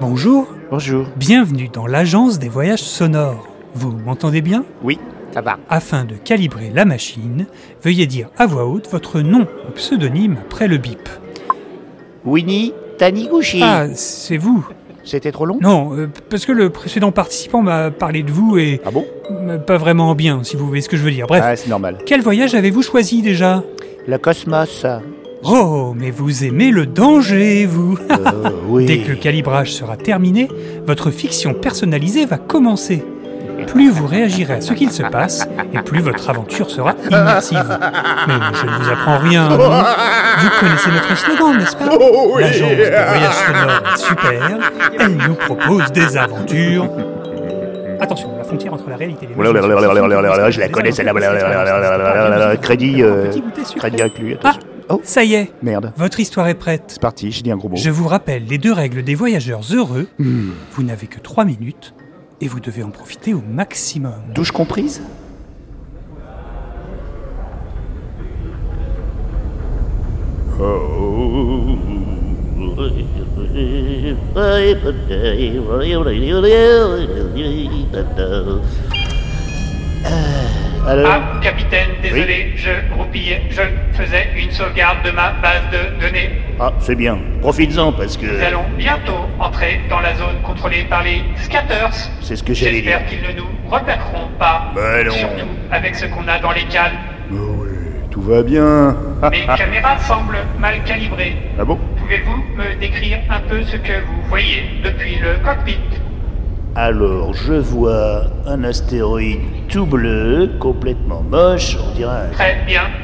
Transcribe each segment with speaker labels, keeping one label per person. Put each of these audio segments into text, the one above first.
Speaker 1: Bonjour,
Speaker 2: Bonjour.
Speaker 1: bienvenue dans l'agence des voyages sonores. Vous m'entendez bien
Speaker 2: Oui, ça va.
Speaker 1: Afin de calibrer la machine, veuillez dire à voix haute votre nom ou pseudonyme après le bip.
Speaker 2: Winnie Taniguchi.
Speaker 1: Ah, c'est vous
Speaker 2: C'était trop long
Speaker 1: Non, euh, parce que le précédent participant m'a parlé de vous et
Speaker 2: Ah bon
Speaker 1: euh, pas vraiment bien, si vous voyez ce que je veux dire. Bref,
Speaker 2: Ah, c'est normal.
Speaker 1: quel voyage avez-vous choisi déjà
Speaker 2: Le cosmos.
Speaker 1: Oh, mais vous aimez le danger, vous
Speaker 2: Euh, oui.
Speaker 1: Dès que le calibrage sera terminé, votre fiction personnalisée va commencer. Plus vous réagirez à ce qu'il se passe, et plus votre aventure sera immersive. Mais je ne vous apprends rien.
Speaker 2: Oh,
Speaker 1: non Vous connaissez notre slogan, n'est-ce pas L'agence de voyage sonore est super. Elle nous propose des aventures. Attention, la frontière entre la réalité et les
Speaker 2: Je la connais, celle-là. Crédit, euh,
Speaker 1: Petit goûter sucré.
Speaker 2: crédit inclus.
Speaker 1: Ah,
Speaker 2: Attention. Oh,
Speaker 1: ça y est,
Speaker 2: merde.
Speaker 1: votre histoire est prête.
Speaker 2: C'est parti, j'ai dit un
Speaker 3: Oh.
Speaker 2: gros mot.
Speaker 1: Je vous rappelle les deux règles des voyageurs heureux.
Speaker 3: Hmm.
Speaker 1: Vous n'avez que 3 minutes et vous devez en profiter au maximum.
Speaker 2: Douche comprise Alors,
Speaker 4: Ah, capitaine, désolé, je roupillais, je faisais une sauvegarde de ma base de données.
Speaker 2: ah, c'est bien. Profites-en parce que
Speaker 4: Nous allons bientôt entrer dans la zone contrôlée par les scatters.
Speaker 2: c'est ce que j'allais dire.
Speaker 4: J'espère qu'ils ne nous repéreront pas.
Speaker 2: Bah non.
Speaker 4: Surtout avec ce qu'on a dans les cales.
Speaker 2: Mais oui, Oh, tout va bien.
Speaker 4: Mes caméras semblent mal calibrées.
Speaker 2: Ah bon
Speaker 4: Pouvez-vous me décrire un peu ce que vous voyez depuis le cockpit
Speaker 2: Alors, je vois un astéroïde tout bleu, complètement moche, on dirait. un-
Speaker 4: Très bien. Et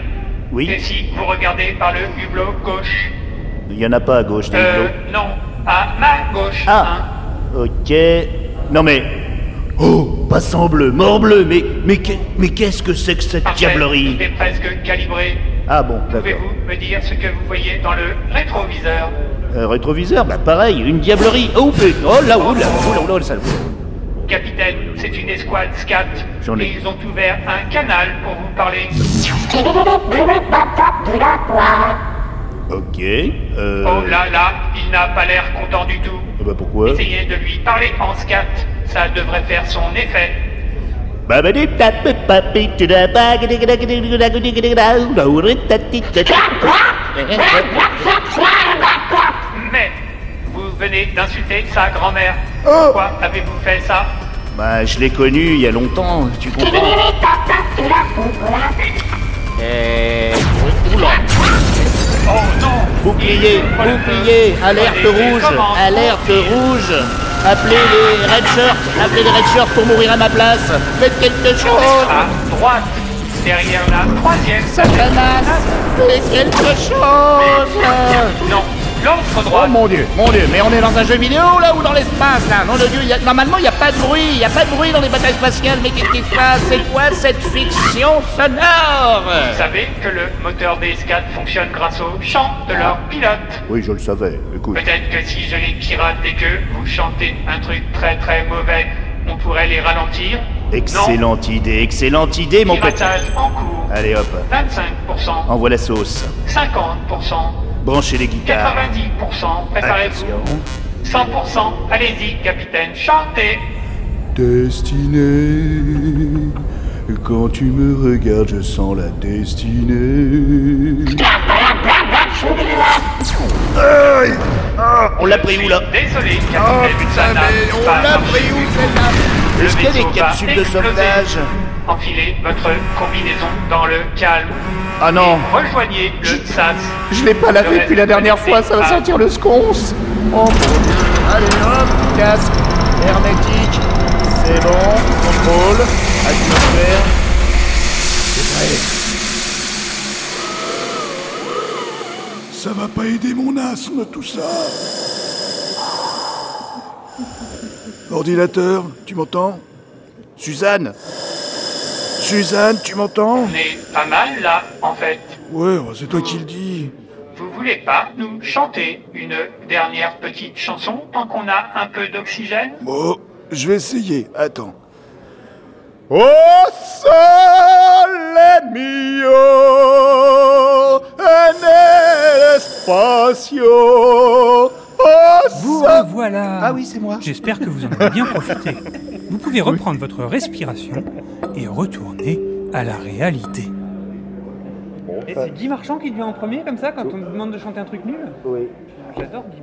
Speaker 2: Oui,
Speaker 4: si vous regardez par le hublot gauche
Speaker 2: il n'y en a pas à gauche, t'as vu,
Speaker 4: Euh,
Speaker 2: l'autre
Speaker 4: non, à ma gauche. hein.
Speaker 2: Ah Ok. Non mais. Oh Passant en bleu, mort bleu, mais. Mais, qu'est- mais qu'est-ce que c'est que cette
Speaker 4: Parfait,
Speaker 2: diablerie
Speaker 4: tout est presque calibré.
Speaker 2: Ah bon, d'accord.
Speaker 4: Pouvez-vous me dire ce que vous voyez dans le rétroviseur
Speaker 2: Euh, rétroviseur, bah pareil, une diablerie. Oh putain Oh là, oh là, oh là, oh là, le salaud.
Speaker 4: Capitaine, c'est une escouade SCAT.
Speaker 2: J'en ai-
Speaker 4: Et ils ont ouvert un canal pour vous parler.
Speaker 2: Ok. Euh.
Speaker 4: Oh là là, il n'a pas l'air content du tout.
Speaker 2: ah Bah pourquoi
Speaker 4: Oh. Essayez de lui parler en SCAT. Ça devrait faire son effet.
Speaker 2: Bah bah du- pa- pa- pa- pi- tu da- ba- gidi- gidi- gidi- gidi- gidi- gidi- gidi- da- ou- da- ou- ri- ta- ti- ta- ti-
Speaker 4: Mais vous venez d'insulter sa grand-mère.
Speaker 2: Oh.
Speaker 4: Pourquoi avez-vous fait ça
Speaker 2: Bah je l'ai connu il y a longtemps, tu comprends Euh. Oula
Speaker 4: Oh non
Speaker 2: Bouclier,
Speaker 4: Il faut le feu.
Speaker 2: bouclier, alerte
Speaker 4: Prenez des
Speaker 2: rouge,
Speaker 4: commandes.
Speaker 2: alerte rouge. Appelez les red shirts, appelez les red shirts pour mourir à ma place. Faites quelque chose,
Speaker 4: À droite, derrière la troisième.
Speaker 2: Satanas, faites quelque chose.
Speaker 4: Non, l'autre
Speaker 2: Oh
Speaker 4: droite.
Speaker 2: mon dieu, mon dieu, mais on est dans un jeu vidéo là ou dans l'espace là Non de dieu, il y a- normalement il n'y a pas de bruit, il n'y a pas de bruit dans les batailles spatiales, mais qu'est-ce qui se passe C'est quoi cette fiction sonore
Speaker 4: Vous savez que le moteur des SCAT fonctionne grâce au chant de leur
Speaker 2: Ah.
Speaker 4: pilote.
Speaker 2: Oui, je le savais, écoute.
Speaker 4: Peut-être que si je les pirate et que vous chantez un truc très très mauvais, on pourrait les ralentir. Non,
Speaker 2: Excellente idée, excellente idée mon petit.
Speaker 4: piratage en cours.
Speaker 2: Allez hop,
Speaker 4: 25%,
Speaker 2: envoie la sauce.
Speaker 4: 50%,
Speaker 2: Branchez les guitares.
Speaker 3: Ah,
Speaker 4: 90%, préparez-vous. 100%, allez-y capitaine, chantez.
Speaker 3: Destinée, quand tu me regardes, je sens la destinée. Ah!
Speaker 2: On l'a pris où là
Speaker 4: Désolé
Speaker 3: Oh,
Speaker 4: capitaine, ça n'a pas marché du tout. Le
Speaker 2: Est-ce qu'il y a des
Speaker 4: vaisseau va
Speaker 2: capsules de
Speaker 4: exploser.
Speaker 2: sauvetage
Speaker 4: Enfilez votre combinaison dans le calme.
Speaker 2: Ah non,
Speaker 4: Rejoignez le SAS.
Speaker 3: Je l'ai pas lavé depuis la dernière fois, ça
Speaker 2: Ah.
Speaker 3: va sortir le sconce.
Speaker 2: Oh mon dieu Allez hop, casque, hermétique, c'est bon, contrôle, atmosphère.
Speaker 3: Ça va pas aider mon asthme tout ça. Ordinateur, tu m'entends
Speaker 2: Suzanne
Speaker 3: Suzanne, tu m'entends
Speaker 4: On est pas mal là, en fait.
Speaker 3: Ouais, bah, c'est toi qui le dis.
Speaker 4: Vous voulez pas nous chanter une dernière petite chanson tant qu'on a un peu d'oxygène
Speaker 3: Bon, Oh, je vais essayer, attends. Oh sole mio en el espacio
Speaker 1: Vous voilà
Speaker 3: Ah oui, c'est moi.
Speaker 1: J'espère que vous en avez bien profité. Vous pouvez reprendre votre respiration et retourner à la réalité.
Speaker 5: Et c'est Guy Marchand qui devient en premier comme ça quand on nous demande de chanter un truc nul
Speaker 6: Oui.
Speaker 5: J'adore Guy